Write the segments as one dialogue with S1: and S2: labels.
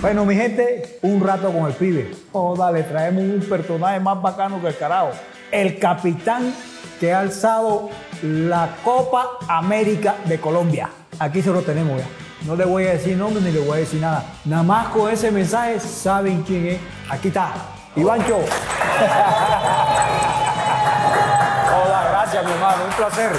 S1: Bueno, mi gente, un rato con el pibe. Joda, le traemos un personaje más bacano que el carajo. El capitán que ha alzado la Copa América de Colombia. Aquí se lo tenemos ya. No le voy a decir nombre ni le voy a decir nada. Nada más con ese mensaje saben quién es. Aquí está, Ivancho. Hola, gracias, mi hermano. Un placer.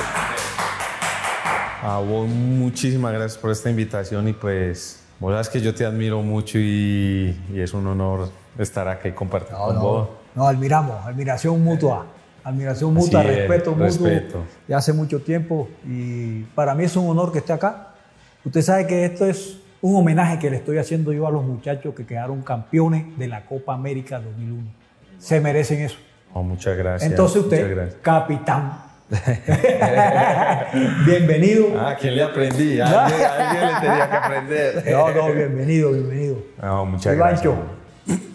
S2: A vos muchísimas gracias por esta invitación y pues, vos sabes que yo te admiro mucho y, y es un honor estar aquí compartiendo
S1: No,
S2: con
S1: no,
S2: vos.
S1: no, admiramos, admiración mutua, admiración mutua,
S2: Así es,
S1: respeto mutuo.
S2: respeto.
S1: Ya hace mucho tiempo y para mí es un honor que esté acá. Usted sabe que esto es un homenaje que le estoy haciendo yo a los muchachos que quedaron campeones de la Copa América 2001. Se merecen eso.
S2: No, muchas gracias.
S1: Entonces
S2: muchas
S1: usted,
S2: gracias.
S1: capitán. bienvenido.
S2: Ah, ¿quién le aprendí? A alguien, a alguien le tenía que aprender.
S1: No, no, bienvenido, bienvenido.
S2: No, muchas
S1: Ivancho,
S2: gracias.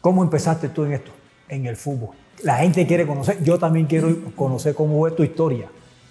S1: ¿cómo empezaste tú en esto? En el fútbol. La gente quiere conocer, yo también quiero conocer cómo fue tu historia.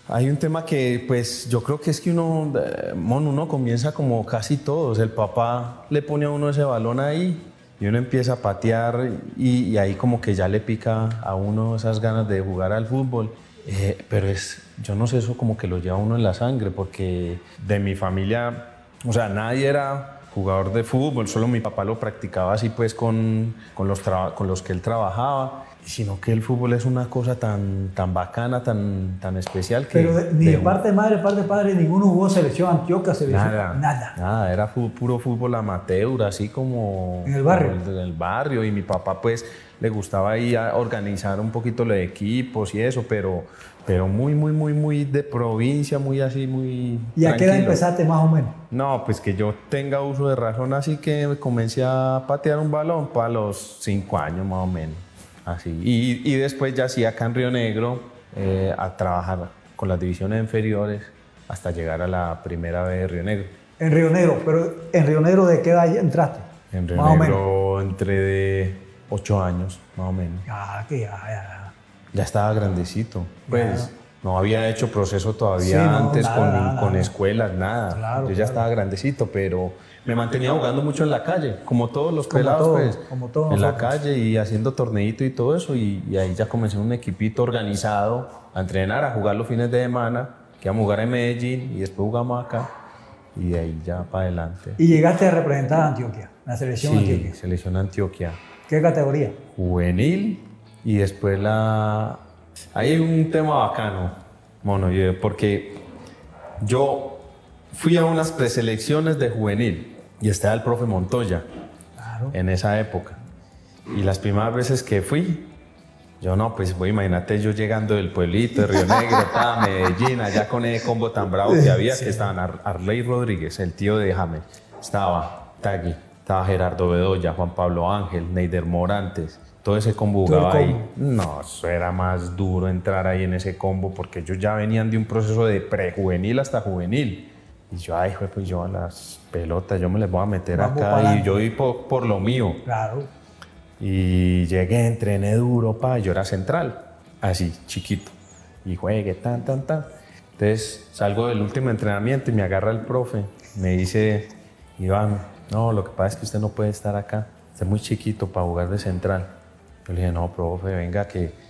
S2: Hay un tema que, pues, yo creo que es que uno, eh, mono, uno comienza como casi todos. El papá le pone a uno ese balón ahí y uno empieza a patear y, y ahí como que ya le pica a uno esas ganas de jugar al fútbol. Eh, pero es, yo no sé, eso como que lo lleva uno en la sangre porque de mi familia, o sea, nadie era jugador de fútbol, solo mi papá lo practicaba así pues con, con los, traba- con los que él trabajaba, sino que el fútbol es una cosa tan, tan bacana, tan, tan especial que...
S1: Pero de- ni
S2: de
S1: de
S2: un-
S1: parte de madre, de parte de padre, ninguno jugó selección Antioquia, selección
S2: Nada,
S1: nada.
S2: era fu- puro fútbol amateur, así como...
S1: En el barrio.
S2: como el- en el barrio, y mi papá pues le gustaba ahí a- organizar un poquito los equipos y eso, pero, pero muy, muy, muy, muy de provincia, muy así, muy...
S1: ¿Y a qué edad
S2: tranquilo.
S1: empezaste más o menos?
S2: No, pues que yo tenga uso de razón, así que comencé a patear un balón para los cinco años más o menos. Así. Y, y después ya sí acá en Río Negro eh, a trabajar con las divisiones inferiores hasta llegar a la primera vez de Río Negro.
S1: En Río Negro, pero en Río Negro, ¿de qué edad entraste?
S2: En Río
S1: Más o menos.
S2: Negro entré de ocho años, más o menos.
S1: Ya, que Ah, ya, ya.
S2: Ya estaba grandecito. Pues no había hecho proceso todavía
S1: Sí, no,
S2: antes
S1: nada,
S2: con,
S1: nada,
S2: con
S1: nada.
S2: escuelas, nada.
S1: Claro,
S2: Yo ya
S1: claro.
S2: estaba grandecito, pero me mantenía jugando mucho en la calle, como todos los
S1: Como
S2: pelados,
S1: todos,
S2: pues.
S1: como todos
S2: en la
S1: nosotros.
S2: calle y haciendo torneito y todo eso. Y, y ahí ya comencé un equipito organizado a entrenar, a jugar los fines de semana, que íbamos a jugar en Medellín y después jugamos acá. Y de ahí ya para adelante.
S1: Y llegaste a representar a Antioquia, la selección
S2: Sí,
S1: Antioquia.
S2: selección Antioquia
S1: ¿Qué categoría?
S2: juvenil y después la... Hay un tema bacano, mono, y- porque yo fui a unas preselecciones de juvenil y estaba el profe Montoya
S1: Claro.
S2: en esa época. Y las primeras veces que fui, yo no, pues voy, imagínate yo llegando del pueblito de Río Negro, pa, Medellín, allá con ese combo tan bravo que había, que estaban Ar- Arley Rodríguez, el tío de James, estaba Tagui, estaba Gerardo Bedoya, Juan Pablo Ángel, Neider Morantes, todo ese combo
S1: Todo el
S2: jugaba ahí.
S1: combo.
S2: No, eso era más duro entrar ahí en ese combo porque ellos ya venían de un proceso de prejuvenil hasta juvenil. Y yo, ay, jue- pues yo a las pelotas, yo me les voy a meter
S1: Vamos
S2: acá y
S1: pa'lante.
S2: yo voy por, por lo mío.
S1: Claro.
S2: Y llegué, entrené duro, pa, yo era central, así, chiquito. Y juegue, tan, tan, tan. Entonces salgo del último entrenamiento y me agarra el profe. Me dice, Iván, no, lo que pasa es que usted no puede estar acá. Usted es muy chiquito para jugar de central. Yo le dije, no, profe, venga que...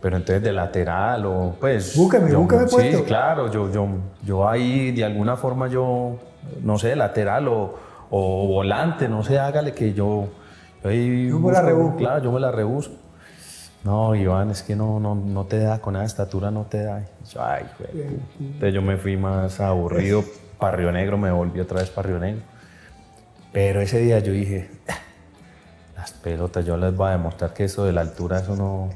S2: Pero entonces de lateral o pues...
S1: Búsqueme,
S2: yo-
S1: búsqueme
S2: Sí,
S1: puesto.
S2: claro, yo, yo, yo ahí de alguna forma yo, no sé, lateral o, o volante, no sé, hágale que yo... yo ahí
S1: Yo me la rebusco.
S2: Claro, yo me la rebusco. No, Iván, es que no, no, no te da, con esa estatura no te da. Y yo, ay, hijo de puta. Entonces yo me fui más aburrido para Río Negro, me volví otra vez para Río Negro. Pero ese día yo dije, las pelotas, yo les voy a demostrar que eso de la altura, eso no...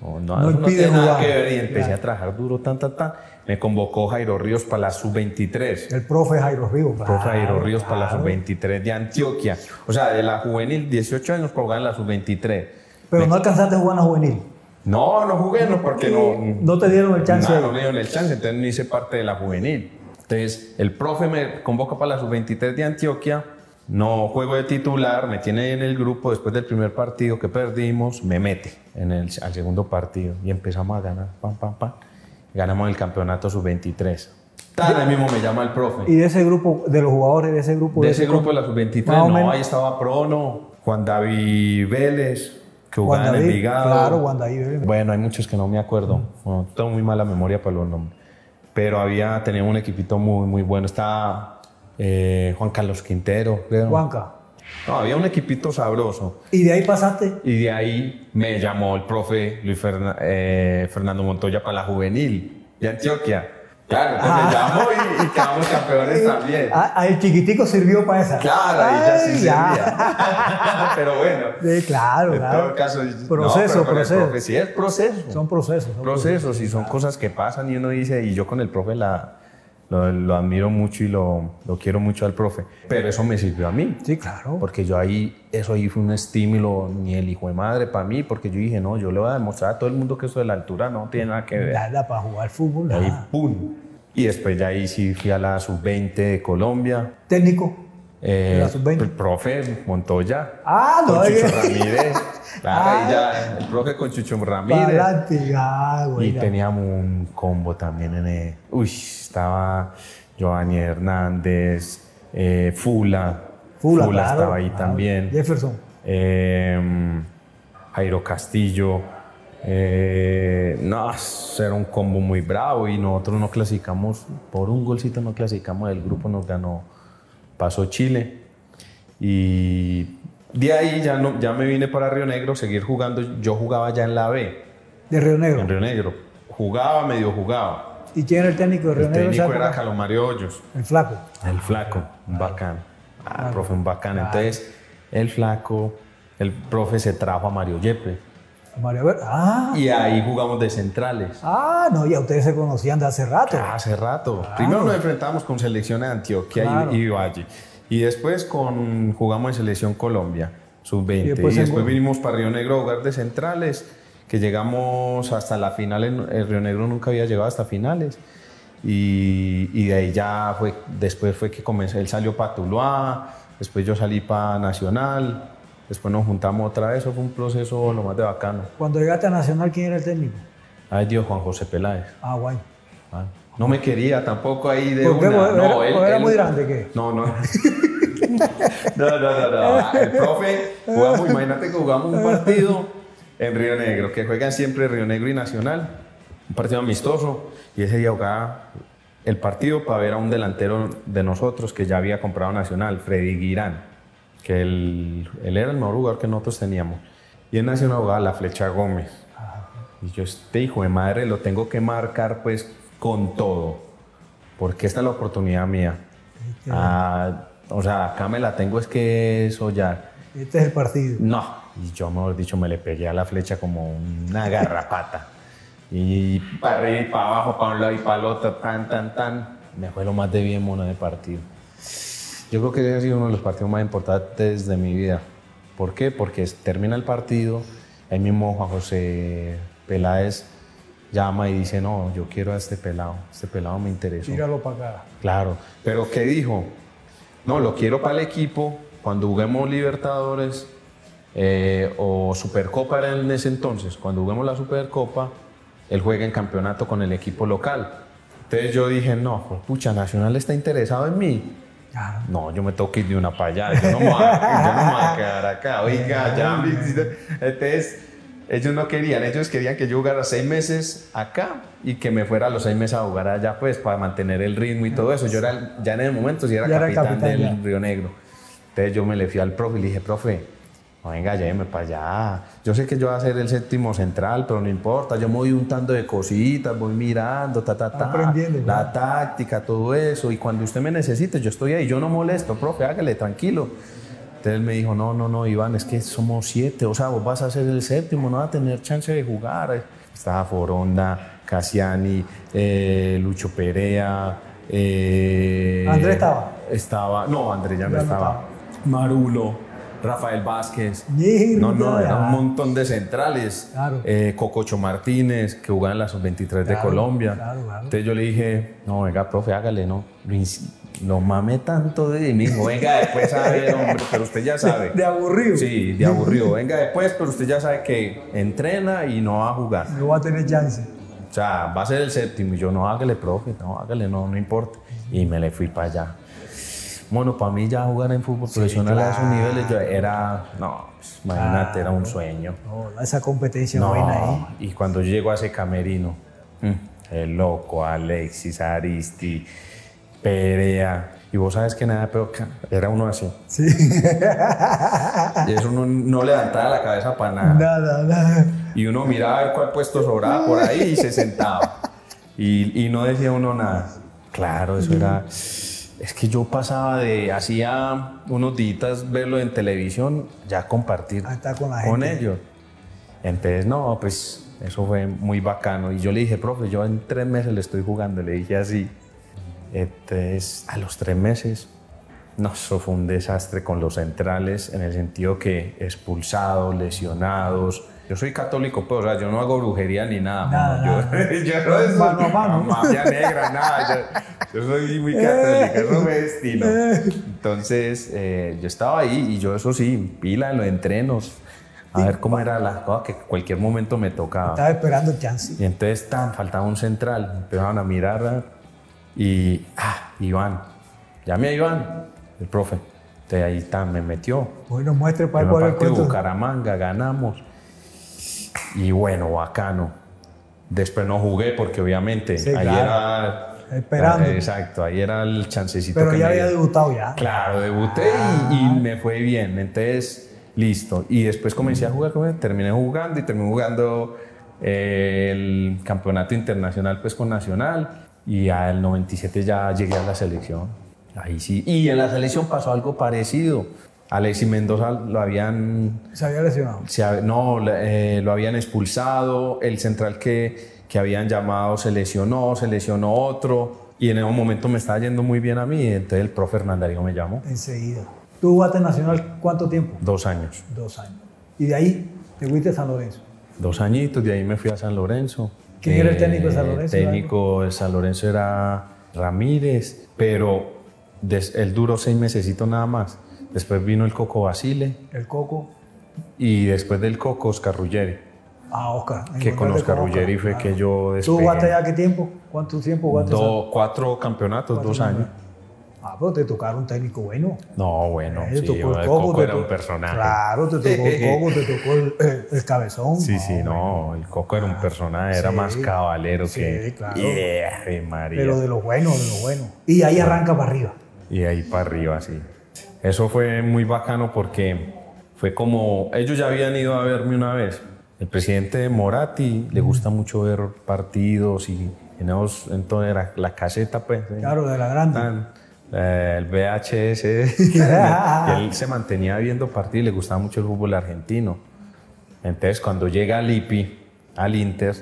S2: No, no,
S1: No
S2: eso no
S1: impide
S2: tiene nada
S1: jugar.
S2: que ver. Y empecé a trabajar duro, tan, tan, tan. Me convocó Jairo Ríos para la sub-23
S1: El profe Jairo Ríos.
S2: profe Jairo
S1: claro,
S2: Ríos para la
S1: Ah, claro.
S2: sub-23 de Antioquia. O sea, de la juvenil, 18 años para jugar en la sub-23.
S1: Pero no alcanzaste a jugar en la juvenil.
S2: No, no jugué, no, porque no...
S1: eh, No te dieron el chance
S2: Nah,
S1: ahí.
S2: no me dieron el chance, entonces no hice parte de la juvenil. Entonces, el profe me convoca para la sub-23 de Antioquia. No juego de titular, me tiene en el grupo después del primer partido que perdimos, me mete en el, al segundo partido y empezamos a ganar. Pam, pam, pam. Ganamos el campeonato sub-23. Tan ahí mismo me llama el profe.
S1: Y de ese grupo, de los jugadores de ese grupo.
S2: De ese grupo de la
S1: Más o
S2: sub-23, no,
S1: menos.
S2: ahí estaba Prono, Juan David Vélez, que jugaba en
S1: Guandaví,
S2: Envigado.
S1: Claro, eh, Guandaví. Vélez.
S2: Bueno, hay muchos que no me acuerdo. Bueno, tengo muy mala memoria para los nombres. Pero había, tenía un equipito muy, muy bueno. Estaba eh, Juan Carlos Quintero, creo.
S1: Juanca.
S2: No, había un equipito sabroso.
S1: Y de ahí pasaste.
S2: Y de ahí me llamó el profe Luis Ferna- eh, Fernando Montoya para la juvenil de Antioquia. Claro, entonces me llamó y, y quedamos campeones también.
S1: Ah, ah, el chiquitico sirvió para esa.
S2: Claro, ahí ya sí
S1: Ay,
S2: servía. pero bueno,
S1: Sí, claro,
S2: en todo
S1: claro.
S2: caso,
S1: Proceso,
S2: no, pero con el
S1: proceso.
S2: profe sí es proceso.
S1: Son procesos. son
S2: procesos y son cosas que pasan y uno dice, y yo con el profe la, lo, lo admiro mucho y lo, lo quiero mucho al profe, pero eso me sirvió a mí.
S1: Sí, claro.
S2: Porque yo ahí, eso ahí fue un estímulo, ni el hijo de madre para mí, porque yo dije, no, yo le voy a demostrar a todo el mundo que eso de la altura no tiene nada que ver.
S1: Nada para jugar fútbol.
S2: Y ahí,
S1: nada.
S2: ¡pum! Y después de ahí sí fui a la sub-20 de Colombia.
S1: Técnico.
S2: Eh,
S1: ¿La sub-20?
S2: El profe Montoya.
S1: Ah, no,
S2: con
S1: es
S2: Chucho
S1: que-
S2: Ramírez. Claro,
S1: Ah.
S2: y ya, el profe con Chucho
S1: Para
S2: Ramírez.
S1: adelante. Ah,
S2: Y
S1: güey. ya.
S2: teníamos un combo también en el... Uy, estaba Giovanni Hernández, eh, Fula.
S1: Fula, claro.
S2: estaba ahí
S1: Ah,
S2: también.
S1: Jefferson.
S2: Eh, Jairo Castillo. Eh, no, eso era un combo muy bravo y nosotros no clasificamos, por un golcito no clasificamos, el grupo nos ganó, pasó Chile. Y de ahí ya, no, ya me vine para Río Negro, seguir jugando, yo jugaba ya en la B
S1: De Río
S2: en
S1: Negro.
S2: Río Negro. Jugaba, medio jugaba.
S1: ¿Y quién era el técnico de Río
S2: El
S1: Negro?
S2: técnico
S1: ¿Sabes?
S2: era Calomario Hoyos,
S1: El flaco.
S2: el flaco, un bacán. Ah, profe, un bacán. Entonces, el flaco, el profe se trajo a Mario Yepes.
S1: Mario Ver. Ah,
S2: Y ahí jugamos de centrales.
S1: ah, no, ya ustedes se conocían de hace rato.
S2: Hace rato. Primero nos enfrentamos con selección de Antioquia y-
S1: Claro.
S2: y Valle. Y después con, jugamos en selección Colombia, sub-20.
S1: Y
S2: Y
S1: después
S2: después,
S1: en-
S2: vinimos para Río Negro a jugar de centrales, que llegamos hasta la final. En, el Río Negro nunca había llegado hasta finales. Y, y de ahí ya fue, después fue que comencé, él salió para Tuluá, después yo salí para Nacional, después nos juntamos otra vez, eso fue un proceso lo más de bacano.
S1: Cuando llegaste a Nacional, ¿quién era el técnico?
S2: Ay Dios, Juan José Peláez.
S1: Ah, guay.
S2: Ah, No me quería tampoco ahí de
S1: ¿Por qué?
S2: una.
S1: ¿Porque
S2: no,
S1: era-
S2: él,
S1: porque era
S2: él-
S1: muy grande, qué?
S2: No, no. no, no, no, no. El profe, jugamos, imagínate que jugamos un partido en Río Negro, que juegan siempre Río Negro y Nacional, un partido amistoso, y ese día jugaba el partido para ver a un delantero de nosotros que ya había comprado Nacional, Freddy Guirán, que él, él era el mejor jugador que nosotros teníamos. Y en Nacional jugaba la Flecha Gómez. Y yo, este hijo de madre, lo tengo que marcar pues con todo, porque esta es la oportunidad mía.
S1: este,
S2: Ah, o sea, acá me la tengo es que sollar.
S1: Este es el partido.
S2: No, y yo, mejor dicho, me le pegué a la flecha como una garrapata. y para arriba y para abajo, para un lado y para el otro, tan, tan, tan. Me fue lo más de bien mono de partido. Yo creo que ese ha sido uno de los partidos más importantes de mi vida. ¿Por qué? Porque es- termina el partido, ahí mismo Juan José Peláez llama y dice, no, yo quiero a este pelado, este pelado me interesó.
S1: Tíralo para acá.
S2: Claro, pero ¿qué dijo? No, lo quiero para el equipo cuando juguemos Libertadores eh, o Supercopa era en ese entonces. Cuando juguemos la Supercopa, él juega en campeonato con el equipo local. Entonces yo dije, no, pues, pucha, Nacional está interesado en mí.
S1: Claro.
S2: No, yo me tengo que ir de una para allá. Yo no me voy a, yo no me voy a quedar acá. Oiga, ya. me hiciste- Entonces, ellos no querían. Ellos querían que yo jugara seis meses acá y que me fuera a los seis meses a jugar allá, pues, para mantener el ritmo y todo eso. Yo era, el- ya en el momento, sí era
S1: Ya era
S2: capitán,
S1: capitán,
S2: del
S1: ya.
S2: Río Negro. Entonces, yo me le fui al profe y le dije, profe, no, venga, lléveme para allá. Yo sé que yo voy a ser el séptimo central, pero no importa. Yo me voy untando de cositas, voy mirando, ta, ta, ta.
S1: Aprendiendo,
S2: La la táctica, todo eso. Y cuando usted me necesite, yo estoy ahí, yo no molesto, profe, hágale, tranquilo. Entonces él me dijo, no, no, no, Iván, es que somos siete, o sea, vos vas a ser el séptimo, no vas a tener chance de jugar. Estaba Foronda, Cassiani, eh, Lucho Perea. eh,
S1: ¿Andrés estaba?
S2: Estaba, no, Andrés ya no
S1: Ya no
S2: estaba. Marulo, Rafael Vázquez.
S1: Mierda.
S2: No, no, era un montón de centrales.
S1: Claro.
S2: Eh, Cococho Martínez, que jugaba en la sub-23 de
S1: Claro,
S2: Colombia.
S1: claro, claro.
S2: Entonces yo le dije, no, venga, profe, hágale, no. Lo ins- Lo mame tanto de mí. Dijo, venga, después a ver, hombre, pero usted ya sabe.
S1: De aburrido.
S2: Sí, de aburrido. Venga después, pero usted ya sabe que entrena y no va a jugar.
S1: No va a tener chance.
S2: O sea, va a ser el séptimo. Y yo, no, hágale, profe, no, hágale, no, no importa. Y me le fui para allá. Bueno, para mí ya jugar en fútbol profesional a esos
S1: claro.
S2: niveles yo era, no, pues, imagínate, era un sueño.
S1: No, esa competencia
S2: No,
S1: buena ahí.
S2: y cuando yo llego a ese camerino, mm, el loco, Alexis, Aristi, Perea, y vos sabes que nada, pero ca- era uno así.
S1: Sí.
S2: Y eso no, no levantaba la cabeza para nada.
S1: nada, nada.
S2: Y uno miraba a ver cuál puesto sobraba por ahí y se sentaba. Y, y no decía uno nada. Claro, eso era. Es que yo pasaba de. Hacía unos días verlo en televisión, ya compartir
S1: Ah, está con la gente.
S2: ellos. Entonces, no, pues eso fue muy bacano. Y yo le dije, profe, yo en tres meses le estoy jugando. Le dije así. Entonces, a los tres meses, no, eso fue un desastre con los centrales en el sentido que expulsados, lesionados. Yo soy católico, pero o sea, yo no hago brujería ni nada.
S1: Nada,
S2: mano. Yo, yo no soy
S1: Mano a mano.
S2: mafia negra, nada. Yo, yo soy muy católico, eso me destino.
S1: Eh,
S2: Entonces, eh, yo estaba ahí y yo, eso sí, pila en los entrenos, a ver cómo era la cosa que cualquier momento me tocaba.
S1: Estaba esperando el chance.
S2: Y entonces tan, faltaba un central. Empezaban a mirar ah, y, ah, Iván. Llamé a Iván, el profe. Entonces ahí tan, me metió.
S1: Hoy Pues nos muestre para
S2: Primer
S1: poder el
S2: partido,
S1: cuento.
S2: Bucaramanga, ganamos. Y bueno, bacano. Después no jugué porque obviamente
S1: Sí,
S2: ahí
S1: claro.
S2: era...
S1: Esperando.
S2: Exacto, ahí era el chancecito
S1: Pero
S2: que
S1: ya
S2: me
S1: había
S2: dieron.
S1: debutado ya.
S2: Claro, debuté y- y, me fue bien. Entonces, listo. Y después comencé a jugar, jugar, terminé jugando y terminé jugando eh, el campeonato internacional pues con Nacional y al 97 ya llegué a la selección. Ahí sí. Y en la selección pasó algo parecido. Alexis Mendoza lo habían
S1: Se había lesionado.
S2: se ha- no, le- eh, lo habían expulsado, el central que, que habían llamado se lesionó, se lesionó otro, y en ese momento me estaba yendo muy bien a mí, entonces el profe Hernandarigo me llamó,
S1: Enseguida. ¿Tú jugaste en Nacional cuánto tiempo?
S2: dos años,
S1: Dos años. Y de ahí te fuiste a San Lorenzo.
S2: dos añitos, de ahí me fui a San Lorenzo.
S1: ¿Quién era el técnico de San Lorenzo?
S2: El técnico de San Lorenzo era Ramírez, pero des- él duró seis mesecitos nada más, después vino el Coco Basile,
S1: El Coco.
S2: y después del Coco Oscar Ruggeri,
S1: Ah, Oscar.
S2: que con
S1: Encontrarte
S2: Oscar
S1: con Oscar,
S2: Ruggeri fue
S1: claro.
S2: que yo
S1: ¿Tú
S2: despegué.
S1: jugaste ya qué tiempo? ¿Cuánto tiempo jugaste? en
S2: Do- cuatro campeonatos, dos años.
S1: San- Ah, pero te tocaron un técnico bueno.
S2: No, bueno,
S1: Eh,
S2: sí,
S1: te tocó
S2: el
S1: el Coco,
S2: Coco
S1: te
S2: era un
S1: to-
S2: personaje.
S1: Claro, te tocó el Coco, te tocó el, el- el Cabezón.
S2: Sí, sí, no, el Coco era un personaje, era
S1: Ah, sí.
S2: más cabalero
S1: Sí,
S2: que...
S1: claro.
S2: Yeah, Ave María.
S1: Pero de lo bueno, de lo bueno. Y ahí arranca para arriba.
S2: Y ahí para arriba, sí. Eso fue muy bacano porque fue como... Ellos ya habían ido a verme una vez. El presidente de Morati le gusta mucho ver partidos y en esos- entonces era la caseta, pues. eh,
S1: Claro, de la grande.
S2: tan, eh, el VHS. Y él se mantenía viendo partidos y le gustaba mucho el fútbol argentino. Entonces, cuando llega al IPI, al Inter,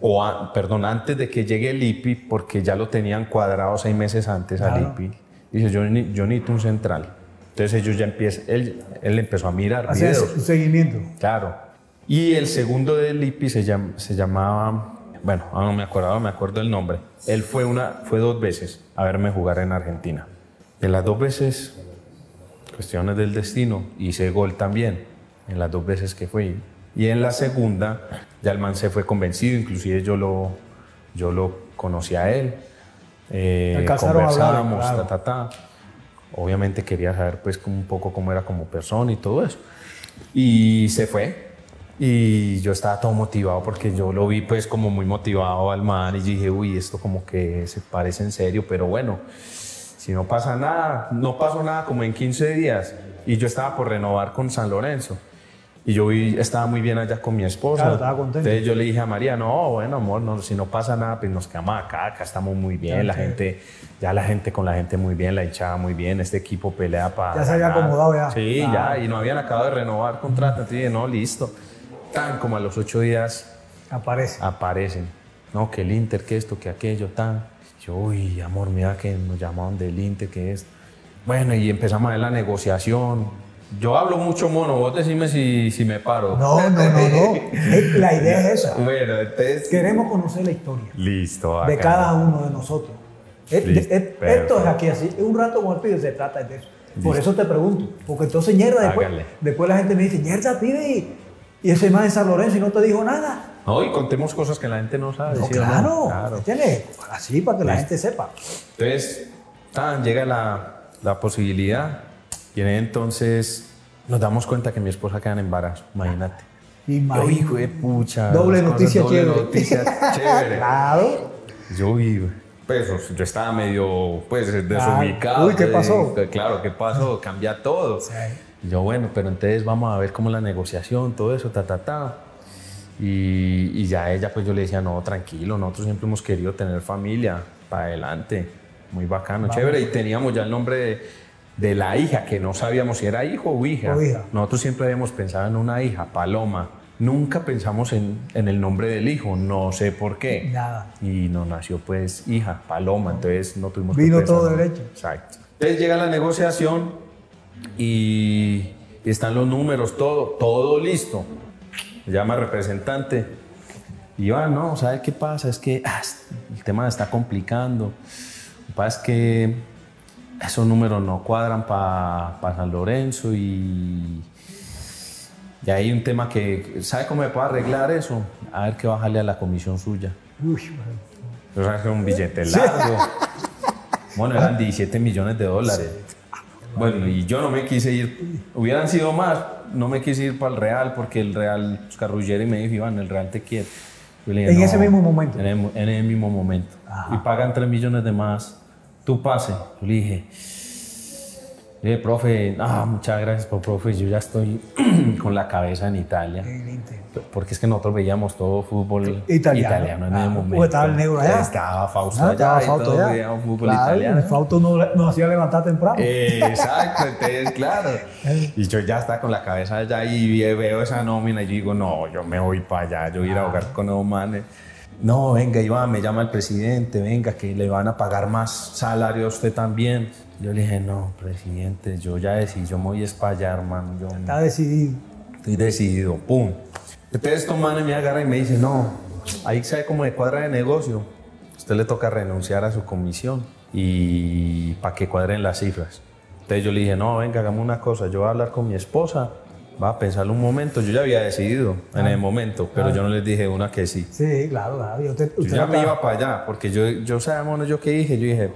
S2: o a- perdón, antes de que llegue el IPI, porque ya lo tenían cuadrado seis meses antes
S1: Claro.
S2: al IPI, dice: yo, ni- yo necesito un central. Entonces, ellos ya empiezan, él, él empezó a mirar
S1: Hacer
S2: videos.
S1: un seguimiento.
S2: Claro. Y el segundo del IPI se, llam- se llamaba, bueno, ah, no me acordaba, me acuerdo el nombre. Él fue, una, fue dos veces a verme jugar en Argentina. En las dos veces, cuestiones del destino, hice gol también, en las dos veces que fui. Y en la segunda, ya el man se fue convencido, inclusive yo lo, yo lo conocí a él. Eh,
S1: Alcanzaron a hablar,
S2: conversábamos,
S1: claro.
S2: ta, ta, ta. Obviamente quería saber pues como un poco cómo era como persona y todo eso. Y se fue. Y yo estaba todo motivado porque yo lo vi pues como muy motivado al man y dije, uy, esto como que se parece en serio, pero bueno, si no pasa nada, no pasó nada como en 15 días. Y yo estaba por renovar con San Lorenzo. Y yo vi- estaba muy bien allá con mi esposa.
S1: Claro, estaba contento.
S2: Entonces yo le dije a María, no, bueno, amor, no, si no pasa nada, pues nos quedamos acá, acá estamos muy bien, la gente, ya la gente con la gente muy bien, la hinchada muy bien, este equipo pelea para...
S1: Ya se había acomodado ya.
S2: Sí,
S1: Ah.
S2: ya, y no habían acabado de renovar contrato, entonces dije, no, listo. Tan como a los ocho días Ah.
S1: Aparece.
S2: aparecen. No, que el Inter, que esto, que aquello, tan. Yo, uy, amor, mira que nos llamaron del Inter, que esto. Bueno, y empezamos a ver la negociación. Yo hablo mucho mono, vos decime si, si me paro.
S1: No, no, no, no. Eh, La idea es esa.
S2: Bueno, entonces.
S1: Queremos conocer la historia
S3: Listo,
S1: de
S3: bacano.
S1: cada uno de nosotros. Eh, de-
S3: Listo,
S1: eh, esto
S3: perfecto.
S1: es aquí así. Un rato con el pibe se trata de eso. Por
S3: Listo.
S1: eso te pregunto. Porque entonces ñerda después,
S3: Hágale.
S1: después la gente me dice, ñerda, pibe, y, y ese man en San Lorenzo y no te dijo nada.
S2: No, y contemos cosas que la gente no sabe.
S1: No,
S2: ¿sí o no?
S1: claro, ¿entiendes? Así para que la gente sepa.
S2: Entonces, tan, llega la, la posibilidad. Y en ese entonces nos damos cuenta que mi esposa queda en embarazo, imagínate. Yo,
S1: Imagínate.
S2: hijo de pucha.
S1: Doble
S2: las cosas,
S1: noticia
S2: doble
S1: chévere.
S2: noticia chévere.
S1: Claro.
S2: Yo vi, pues, o sea, yo estaba medio, pues, desubicado.
S1: Uy, ¿qué
S2: pues,
S1: pasó?
S2: eh, Claro, ¿qué pasó? Cambia todo. Y Yo, bueno, pero entonces vamos a ver cómo la negociación, todo eso, ta, ta, ta. Y, y ya ella, pues yo le decía, no, tranquilo, nosotros siempre hemos querido tener familia, para adelante, muy bacano, chévere. Y teníamos ya el nombre de, de la hija, que no sabíamos si era hijo o hija.
S1: O hija.
S2: Nosotros siempre habíamos pensado en una hija, Paloma. Nunca pensamos en, en el nombre del hijo, no sé por qué.
S1: Nada.
S2: Y nos nació pues hija, Paloma, entonces no tuvimos que
S1: Vino
S2: pensar,
S1: todo
S2: ¿no?
S1: derecho.
S2: Exacto. Entonces llega la negociación y están los números, todo, todo listo. Llama al representante. Y va, no, ¿sabes qué pasa? Es que ah, el tema está complicando. Lo que pasa es que esos números no cuadran para San Lorenzo y, y hay un tema que, ¿sabe cómo me puedo arreglar eso? A ver qué bajarle a la comisión suya.
S1: Uy, bueno.
S2: O sea, es un billete largo. Bueno, eran 17 millones de dólares. Bueno, y yo no me quise ir. Hubieran sido más, no me quise ir para el Real porque el Real, pues, Carrullero y me dijo, Iván, el Real te quiere. Yo le
S1: En ese mismo momento.
S2: En el, mu- en el mismo momento. Y pagan 3 millones de más. Tú pase. Yo le dije, "Eh, profe, ah, muchas gracias por profe, yo ya estoy con la cabeza en Italia.
S1: El Inter.
S2: Porque es que nosotros veíamos todo fútbol
S1: Italiano.
S2: en
S1: Ah,
S2: ese
S1: o
S2: momento.
S1: estaba el negro allá.
S2: Estaba Fausto
S1: Ah,
S2: allá.
S1: estaba
S2: y
S1: Fausto
S2: todos
S1: ya.
S2: veíamos fútbol
S1: Claro,
S2: italiano.
S1: Fausto no le- nos hacía levantar temprano.
S2: Eh, Exacto, entonces, claro. Y yo ya estaba con la cabeza allá y vi- veo esa nómina y yo digo, no, yo me voy para allá, yo voy a ir
S1: Ah.
S2: a jugar con los manes. No, venga, Iván, me llama el presidente, venga, que le van a pagar más salario a usted también. Yo le dije, no, presidente, yo ya decidí, yo me voy es para allá, hermano. Yo no-
S1: Está decidido.
S2: Estoy decidido, pum. Entonces estos manes me agarran y me dicen, no, ahí sabe como de cuadra de negocio. A Usted le toca renunciar a su comisión y para que cuadren las cifras. Entonces yo le dije, no, venga, hagamos una cosa, yo voy a hablar con mi esposa, va a pensarlo un momento, yo ya había decidido en el momento, pero yo no les dije una que sí.
S1: Sí, claro, claro. Y usted,
S2: Yo
S1: usted
S2: ya
S1: no
S2: me
S1: está-
S2: iba para allá, porque yo, yo sabía, mono, yo qué dije, yo dije,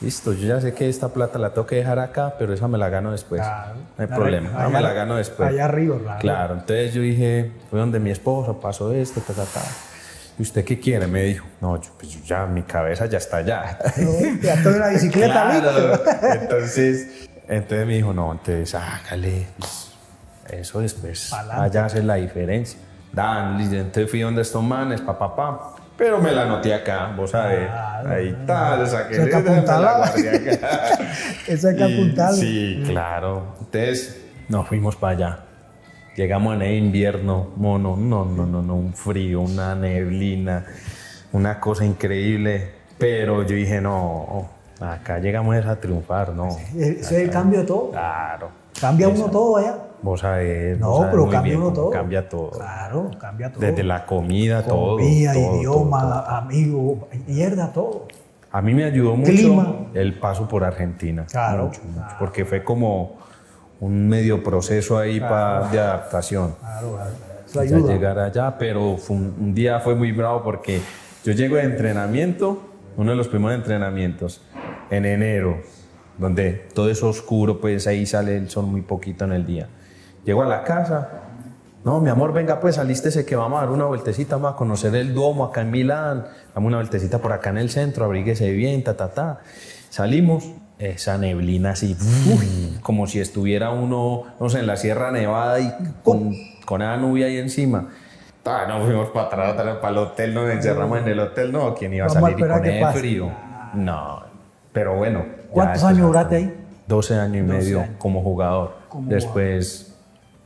S2: listo, yo ya sé que esta plata la tengo que dejar acá, pero esa me la gano después.
S1: Claro.
S2: pues, No hay
S1: La-
S2: problema, esa me
S1: allá-
S2: la gano después.
S1: Allá arriba, claro.
S2: Claro, entonces yo dije, fue donde mi esposa pasó esto, ta, ta, ta. ¿Y usted qué quiere? Me dijo, no, yo, pues yo ya, mi cabeza ya está allá.
S1: No, Ya estoy en la bicicleta, listo. Eh,
S2: Claro. Entonces, entonces me dijo, no, entonces hágale. pues, eso después
S1: Pa'lante.
S2: allá hace la diferencia. Dan, listo, entonces fui donde estos manes, pa, pa, pa. Pero me la anoté acá, vos sabes.
S1: Claro.
S2: Ahí está, o sea, que
S1: Eso hay que
S2: me la
S1: apuntarla.
S2: guardé acá.
S1: Eso hay que
S2: Y-
S1: apuntarlo.
S2: Sí, claro. Entonces, nos fuimos para allá. Llegamos en el invierno, mono, no, no, no, no, un frío, una neblina, una cosa increíble. Pero yo dije, no, acá llegamos es a triunfar, ¿no?
S1: Ese es el cambio de todo.
S2: Claro.
S1: Cambia uno todo allá.
S2: Vos sabés.
S1: No,
S2: vos sabés
S1: pero
S2: muy
S1: cambia
S2: bien
S1: uno
S2: cómo
S1: todo.
S2: Cambia todo.
S1: Claro, cambia todo.
S2: Desde la comida, todo.
S1: Comida,
S2: todo,
S1: idioma,
S2: todo, todo.
S1: amigo, mierda, todo.
S2: A mí me ayudó mucho
S1: Clima.
S2: el paso por Argentina.
S1: Claro.
S2: Mucho, mucho, porque fue como un medio proceso ahí pa- de adaptación.
S1: Claro, claro. Eso
S2: Ya
S1: ayuda.
S2: llegar allá, pero fue un, un día fue muy bravo porque yo llego de entrenamiento, uno de los primeros entrenamientos, en enero, donde todo es oscuro, pues ahí sale el sol muy poquito en el día. Llego a la casa, no, mi amor, venga, pues alístese que vamos a dar una vueltecita, vamos a conocer el Duomo acá en Milán, damos una vueltecita por acá en el centro, abríguese bien, ta, ta, ta. Salimos, esa neblina así,
S1: Mm.
S2: uy, como si estuviera uno, no sé, en la Sierra Nevada y con,
S1: Oh.
S2: con esa nube ahí encima. Ta, no fuimos para atrás, otra vez para el hotel, nos encerramos en el hotel, no, ¿quién iba a
S1: Vamos a
S2: salir y
S1: esperar
S2: con
S1: que
S2: el
S1: pase.
S2: frío? No, pero bueno. ya
S1: ¿Cuántos
S2: después-
S1: años duraste ahí?
S2: 12 años y
S1: 12
S2: medio
S1: años.
S2: como jugador.
S1: Como
S2: después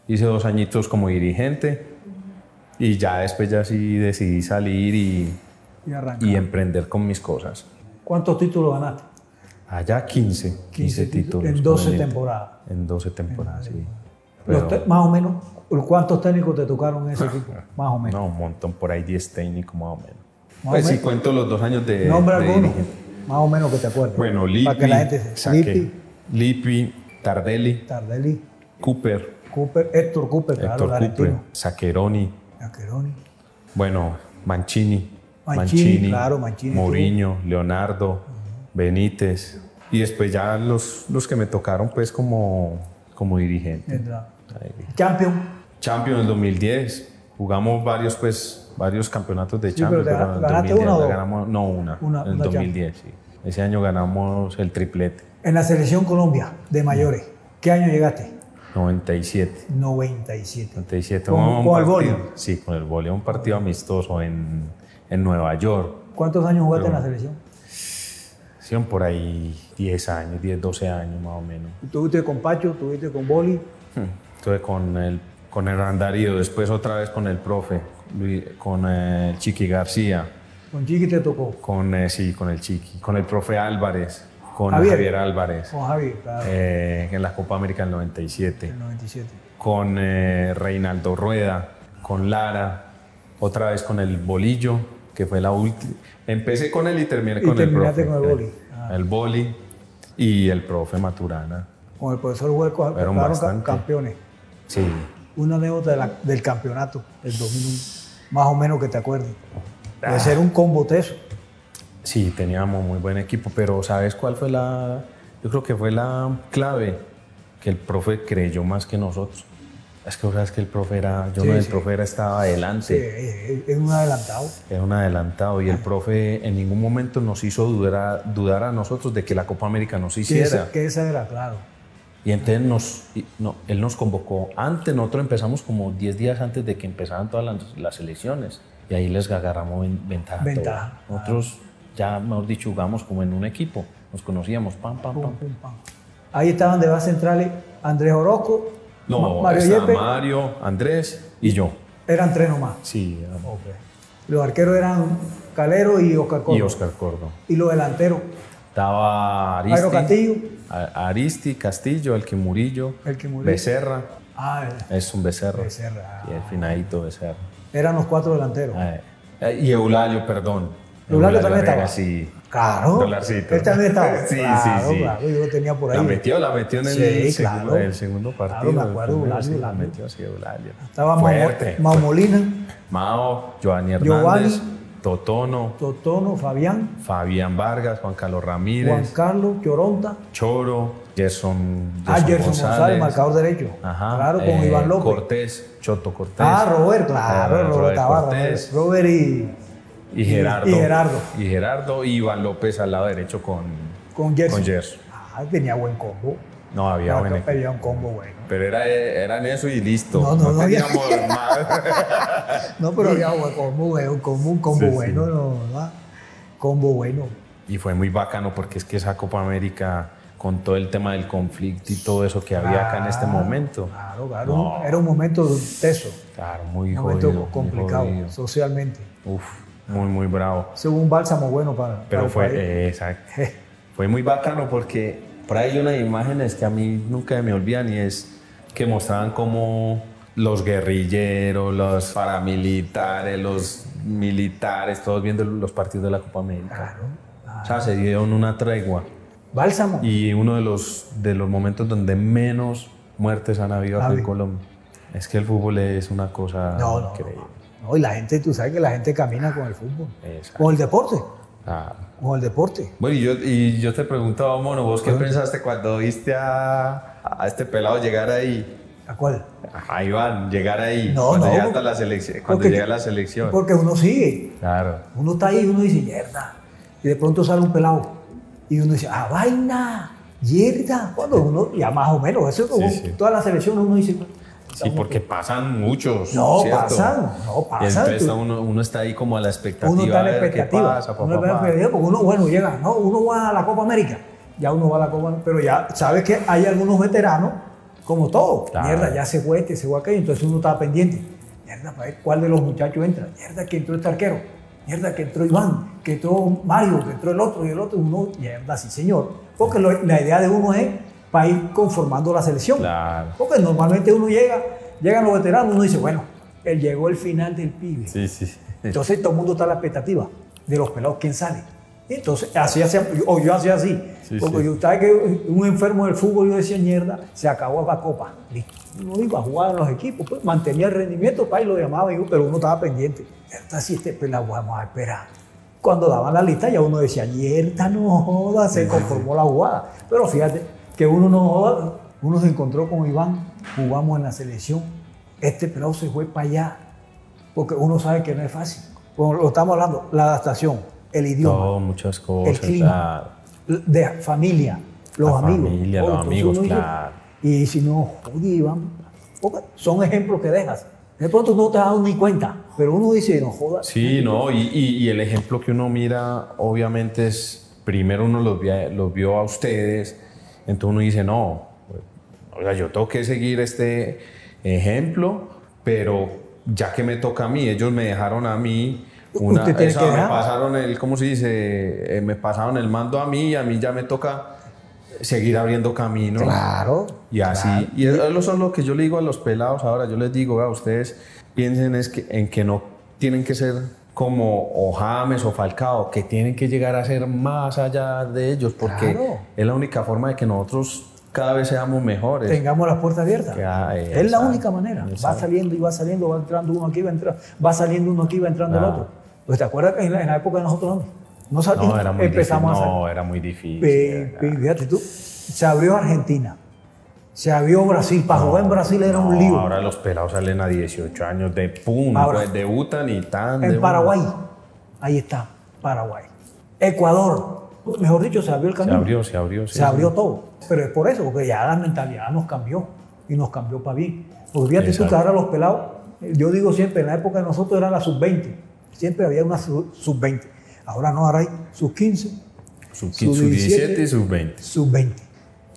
S2: hice dos añitos como dirigente y ya después ya sí decidí salir y,
S1: Y arranca.
S2: y emprender con mis cosas.
S1: ¿Cuántos títulos ganaste?
S2: Allá 15, 15, títulos.
S1: En 12
S2: con el Inter.
S1: temporadas.
S2: En 12 temporadas, sí.
S1: Los
S2: Pero-
S1: te- más o menos, ¿cuántos técnicos te tocaron en ese equipo? Más o menos.
S3: No, un montón, por ahí 10 técnicos más o menos.
S1: Más o
S2: Pues si
S1: menos.
S2: cuento los dos años de,
S1: Nombra
S2: de
S1: alguno,
S2: dirigente.
S1: más o menos que te acuerdes.
S2: Bueno, Lippi,
S1: Para que la gente se...
S2: saqué.
S1: Lippi,
S2: Lippi, Tardelli,
S1: Tardelli,
S2: Cooper,
S1: Cooper, Héctor Cooper, claro,
S2: Héctor
S1: el
S2: Cooper,
S1: argentino.
S2: Saccheroni,
S1: Maccheroni.
S2: bueno, Mancini,
S1: Mancini, claro, Mancini
S2: Mourinho, Leonardo, Benítez. Y después ya los, los que me tocaron pues como, como dirigente.
S1: Entra.
S2: Ahí.
S1: Champion.
S2: Champions del 2010. Jugamos varios, pues, varios campeonatos de
S1: Sí,
S2: Champions.
S1: pero te
S2: en el
S1: ganaste
S2: 2010
S1: una o
S2: la
S1: dos.
S2: ganamos, no, una.
S1: Una-
S2: en el
S1: una Champions.
S2: 2010, sí. Ese año ganamos el triplete,
S1: En la selección Colombia de mayores, ¿qué año llegaste?
S2: 97.
S1: 97.
S2: 97.
S1: ¿Con-
S2: un
S1: con el
S2: partido-
S1: vóley?
S2: Sí, con el vóley, un partido amistoso en, en Nueva York.
S1: ¿Cuántos años jugaste
S2: Pero-
S1: en la selección?
S2: Sí, por ahí 10 años, 10, 12 años más o menos.
S1: Tuviste con Pacho, tuviste con Boli,
S2: Entonces con el, con el Randarío, después otra vez con el profe, Luis- con eh, el Chiqui García,
S1: con Chiqui te tocó,
S2: con, eh, sí, con el Chiqui, con el profe Álvarez, con
S1: Javier.
S2: Javier, Álvarez,
S1: con Javier, claro,
S2: eh, en la Copa América del 97,
S1: en 97.
S2: con eh, Reinaldo Rueda, con Lara, otra vez con el Bolillo, que fue la última. Empecé con él y terminé
S1: Y
S2: con el
S1: terminaste
S2: profe.
S1: con el Boli. Ah.
S2: El Boli y el profe Maturana.
S1: Con el profesor Huerco
S2: Fueron
S1: acabaron
S2: bastante.
S1: campeones.
S2: Sí,
S1: Una anécdota de la- del campeonato del 2001, más o menos que te acuerdes.
S2: Ah.
S1: De ser un combo teso.
S2: sí, teníamos muy buen equipo, pero ¿sabes cuál fue la...? Yo creo que fue la clave que el profe creyó más que nosotros. Es que, o sea, es que el profe era... Yo
S1: Sí,
S2: no, el
S1: sí.
S2: profe era, estaba
S1: Sí,
S2: adelante,
S1: es es un adelantado.
S2: era un adelantado
S1: Ah.
S2: y el profe en ningún momento nos hizo dudar a, dudar a nosotros de que la Copa América nos
S1: Que
S2: hiciera.
S1: esa, que esa era, claro.
S2: Y entonces nos, y- no, él nos convocó antes, nosotros empezamos como 10 días antes de que empezaran todas las, las elecciones. Y ahí les agarramos ven- ventaja.
S1: Ventaja,
S2: todo. Nosotros ya, mejor dicho, jugamos como en un equipo. Nos conocíamos, pam, pam,
S1: Pum,
S2: pam.
S1: pum, pam. Ahí estaban de base centrales Andrés Orozco, Ma-
S2: No,
S1: Mario
S2: está
S1: Yepes,
S2: Mario, Andrés y yo.
S1: eran tres nomás.
S2: Sí,
S1: Los arqueros eran Calero y Oscar Córdoba.
S2: y Oscar Cordo.
S1: Y los delanteros,
S2: Estaba Aristi.
S1: Jairo Castillo.
S2: A- Aristi, Castillo, el que Murillo.
S1: El que Murillo.
S2: Becerra.
S1: Ah,
S2: Es un Becerra.
S1: Becerra.
S2: Y el finadito Becerra.
S1: ah. eran los cuatro delanteros.
S2: Eh, y Eulalio, perdón.
S1: Eulalio también
S2: Larrega,
S1: estaba.
S2: Sí.
S1: Claro.
S2: Dolarcito.
S1: Él también estaba.
S2: Sí, sí,
S1: Claro,
S2: sí.
S1: claro, yo lo tenía por ahí.
S2: La metió, la metió en el,
S1: Sí,
S2: segundo,
S1: claro.
S2: el segundo
S1: Claro,
S2: partido.
S1: me
S2: el
S1: acuerdo,
S2: primero,
S1: Eulalio,
S2: sí, la
S1: Eulalio.
S2: metió, sí, Eulalio.
S1: Estaba Mao-
S2: Fuerte.
S1: Mao Molina,
S2: Mao, Giovanni Hernández,
S1: Giovanni.
S2: Totono,
S1: Totono, Fabián,
S2: Fabián Vargas, Juan Carlos
S1: Juan
S2: Ramírez,
S1: Carlos, Choronta,
S2: Choro, Gerson,
S1: ah, Gerson González, marcador derecho.
S2: Ajá,
S1: claro, con
S2: eh,
S1: Iván López.
S2: Cortés, Choto Cortés.
S1: Ah, Robert, claro,
S2: Ah,
S1: Robert,
S2: Robert
S1: Tabarra,
S2: Cortés.
S1: Robert y
S2: Y Gerardo.
S1: y Gerardo.
S2: Y Gerardo y Iván López al lado derecho con,
S1: con Gerson.
S2: con Gerson.
S1: Ah, tenía buen combo.
S2: No había
S1: Era
S2: buen
S1: que
S2: equipo.
S1: Era un combo bueno.
S2: Pero era, eran eso y listo.
S1: No,
S2: No,
S1: no, no había-
S2: teníamos más.
S1: No, pero había buen combo bueno, combo, un combo
S2: Sí, sí.
S1: bueno, no, ¿verdad? Combo bueno.
S2: Y fue muy bacano porque es que esa Copa América, con todo el tema del conflicto y todo eso que había acá en este
S1: Claro,
S2: momento.
S1: Claro, claro.
S2: No.
S1: Era un momento teso,
S2: Claro, muy
S1: un momento
S2: jodido. muy
S1: complicado
S2: jodido.
S1: socialmente.
S2: Uf, muy, muy bravo.
S1: Eso fue un bálsamo bueno para. para
S2: Pero
S1: el
S2: fue,
S1: país.
S2: eh, exacto. Fue muy bacano porque por ahí hay unas imágenes que a mí nunca me olvidan y es que mostraban cómo los guerrilleros, los paramilitares, los militares, todos viendo los partidos de la Copa América.
S1: Claro.
S2: O sea, se dieron una tregua.
S1: Bálsamo.
S2: Y uno de los, de los momentos donde menos muertes han habido acá
S1: Javi.
S2: en Colombia. Es que el fútbol es una cosa
S1: no, no,
S2: increíble.
S1: no. No, y la gente, tú sabes que la gente camina con el fútbol.
S2: Exacto.
S1: Con el deporte.
S2: Ah.
S1: Con el deporte.
S2: Bueno, y yo, y yo te preguntaba, Mono, ¿vos qué pensaste cuando viste a, a este pelado llegar ahí?
S1: ¿A cuál?
S2: A Iván, llegar ahí.
S1: No,
S2: cuando
S1: no,
S2: llega hasta
S1: porque-
S2: la selección. Cuando
S1: porque-
S2: llega a la selección.
S1: Porque uno sigue.
S2: Claro.
S1: Uno está ahí y uno dice, mierda. Y de pronto sale un pelado. Y uno dice, ah, vaina, mierda. Cuando uno, ya más o menos, eso es como
S2: Sí, sí.
S1: todas las selecciones uno dice,
S2: Sí, porque pasan muchos.
S1: No,
S2: ¿cierto?
S1: pasan, no, pasan.
S2: Y entonces
S1: Tú-
S2: uno, uno está ahí como a la expectativa.
S1: uno está en
S2: a ver qué
S1: expectativa.
S2: pasa, pa,
S1: uno,
S2: pa,
S1: está en
S2: pa.
S1: expectativa, porque uno, bueno, llega, no, uno va a la Copa América. Ya uno va a la Copa pero ya sabes que hay algunos veteranos, como todos.
S2: Claro.
S1: Mierda, ya se fue este, se fue aquello, entonces uno está pendiente. Mierda, para ver cuál de los muchachos entra. Mierda, que entró este arquero. Mierda, que entró Iván, que entró Mario, que entró el otro y el otro. Uno, mierda, sí señor. Porque lo- la idea de uno es para ir conformando la selección.
S2: Claro.
S1: Porque normalmente uno llega, llegan los veteranos, uno dice, bueno, él llegó el final del pibe.
S2: Sí, sí.
S1: Entonces todo el mundo está a la expectativa de los pelados, ¿quién sale? Y entonces, así hacía, o yo hacía así.
S2: Sí,
S1: porque
S2: sí.
S1: yo estaba que un enfermo del fútbol, yo decía, mierda, se acabó la copa. Listo. No iba a jugar en los equipos, pues mantenía el rendimiento, pa, y lo llamaba, y yo, pero uno estaba pendiente. Mierda, si este pelado vamos a esperar. Cuando daban la lista, ya uno decía, mierda, no joda, se conformó la jugada. Pero fíjate que uno no joda, uno se encontró con Iván, jugamos en la selección. Este pelado se fue para allá, porque uno sabe que no es fácil. Bueno, lo estamos hablando, la adaptación, el idioma
S2: Todo, muchas
S1: el
S2: cosas.
S1: clima,
S2: claro.
S1: de familia, los
S2: La
S1: amigos.
S2: familia, los
S1: entonces
S2: amigos,
S1: uno dice,
S2: claro.
S1: Y si no, joder, Iván, porque son ejemplos que dejas. De pronto no te has dado ni cuenta, pero uno dice, no jodas.
S2: Sí, no, y, y- y el ejemplo que uno mira, obviamente, es primero uno los, vi- los vio a ustedes, entonces uno dice, no, o sea, yo tengo que seguir este ejemplo, pero ya que me toca a mí, ellos me dejaron a mí. Una,
S1: Usted tiene
S2: esa,
S1: que
S2: me
S1: dejar.
S2: pasaron el, ¿cómo se dice? Eh, me pasaron el mando a mí y a mí ya me toca seguir abriendo camino.
S1: Claro.
S2: Y así, y eso es lo que yo le digo a los pelados ahora, yo les digo, a ustedes piensen es que, en que no tienen que ser como o James o Falcao, que tienen que llegar a ser más allá de ellos, porque
S1: Claro.
S2: es la única forma de que nosotros cada vez seamos mejores.
S1: Tengamos las puertas abiertas.
S2: Que hay,
S1: es la
S2: exacto,
S1: única manera. Va
S2: exacto.
S1: saliendo y va saliendo, va entrando uno aquí, va, entrando, va saliendo uno aquí, va entrando el
S2: Ah.
S1: otro. Pues te acuerdas que en la, en la época de nosotros no, no salíamos,
S2: no, era muy
S1: empezamos
S2: difícil.
S1: a salir.
S2: No, era muy difícil.
S1: Pe- pe- Fíjate tú, se abrió Argentina, se abrió Brasil, para jugar en Brasil era un
S2: No,
S1: lío.
S2: Ahora los pelados salen a 18 años de pum,
S1: Ahora-
S2: pues, debutan y tan. de
S1: En
S2: una.
S1: Paraguay, ahí está, Paraguay. Ecuador, mejor dicho, se abrió el
S2: Se
S1: camino.
S2: abrió, se abrió. sí,
S1: Se
S2: sí.
S1: abrió todo. Pero es por eso, porque ya la mentalidad nos cambió y nos cambió para bien. Porque fíjate tú que
S2: Exacto.
S1: ahora los pelados, eh, yo digo siempre, en la época de nosotros era la sub-20, siempre había una sub- sub-20. Ahora no, ahora hay sub-15,
S2: Sub,
S1: Sub-
S2: sub 17
S1: 17,
S2: y sub 20.
S1: sub-20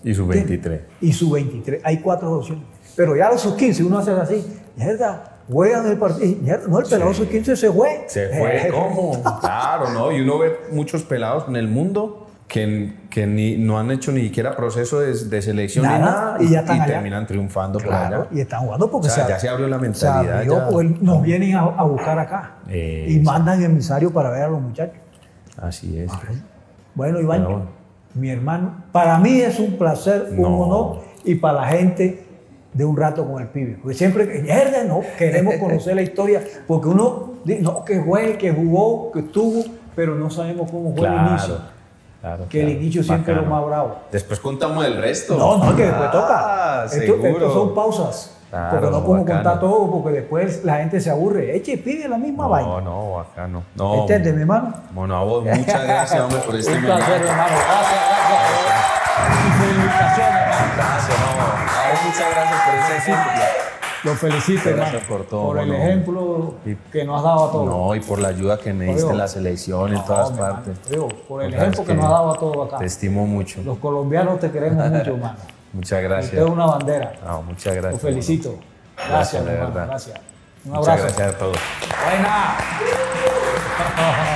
S2: Y sub 23.
S1: y sub-23. Hay cuatro opciones. Pero ya los sub-15, uno hace así, mierda, juegan el partido. Mierda, No, el pelado sub-15 se fue.
S2: Se fue,
S1: Eh,
S2: ¿cómo? Claro, ¿no? Y uno ve muchos pelados en el mundo que, que ni, no han hecho ni siquiera proceso de, de selección
S1: Nada,
S2: ni nada
S1: y ya están allá.
S2: terminan triunfando
S1: Claro,
S2: por allá.
S1: y están jugando porque
S2: O sea,
S1: ab-
S2: ya se abrió la mentalidad,
S1: abrió,
S2: ya.
S1: porque nos vienen a, a buscar acá
S2: Eh,
S1: y mandan emisarios para ver a los muchachos.
S2: Así es.
S1: Bueno, Iván,
S2: Pero bueno.
S1: mi hermano, para mí es un placer, un
S2: No.
S1: honor y para la gente de un rato con el pibe. Porque siempre que mierda, no queremos conocer la historia, porque uno dice, no, que juegue, que jugó, que estuvo, pero no sabemos cómo fue el inicio.
S2: claro,
S1: Que el
S2: claro.
S1: inicio siempre es lo
S2: Bacano.
S1: más bravo.
S2: Después contamos el resto.
S1: No, no, que después
S2: Ah,
S1: toca. Esto,
S2: seguro.
S1: esto son pausas.
S2: Claro,
S1: porque no podemos
S2: bacano.
S1: contar todo, porque después la gente se aburre. Eche, pide la misma
S2: No,
S1: vaina.
S2: no, bacano. No,
S1: ¿Entiendes, mi hermano?
S2: Bueno, a vos, muchas gracias, hombre, por este
S1: Un
S2: momento.
S1: placer, hermano. Gracias, gracias. Y felicitaciones, hermano.
S2: Gracias, no. A vos, muchas gracias por este ejemplo.
S1: Lo felicito,
S2: Gracias
S1: hermano.
S2: por todo,
S1: el
S2: hermano.
S1: ejemplo
S2: Y-
S1: que nos has dado a todos.
S2: No, y por la ayuda que me diste
S1: Oigo.
S2: en la selección, en
S1: No,
S2: todas
S1: mi hermano,
S2: partes.
S1: digo, por el
S2: Sabes
S1: ejemplo que,
S2: que
S1: nos has dado a todos acá.
S2: Te estimo mucho.
S1: Los colombianos te queremos mucho, hermano.
S2: Muchas
S1: Usted es
S2: gracias.
S1: una bandera.
S2: No, muchas
S1: Lo
S2: gracias.
S1: felicito. Gracias,
S2: Gracias, de
S1: hermano.
S2: verdad.
S1: Gracias. Un
S2: Muchas
S1: abrazo.
S2: gracias a todos.
S1: Buena.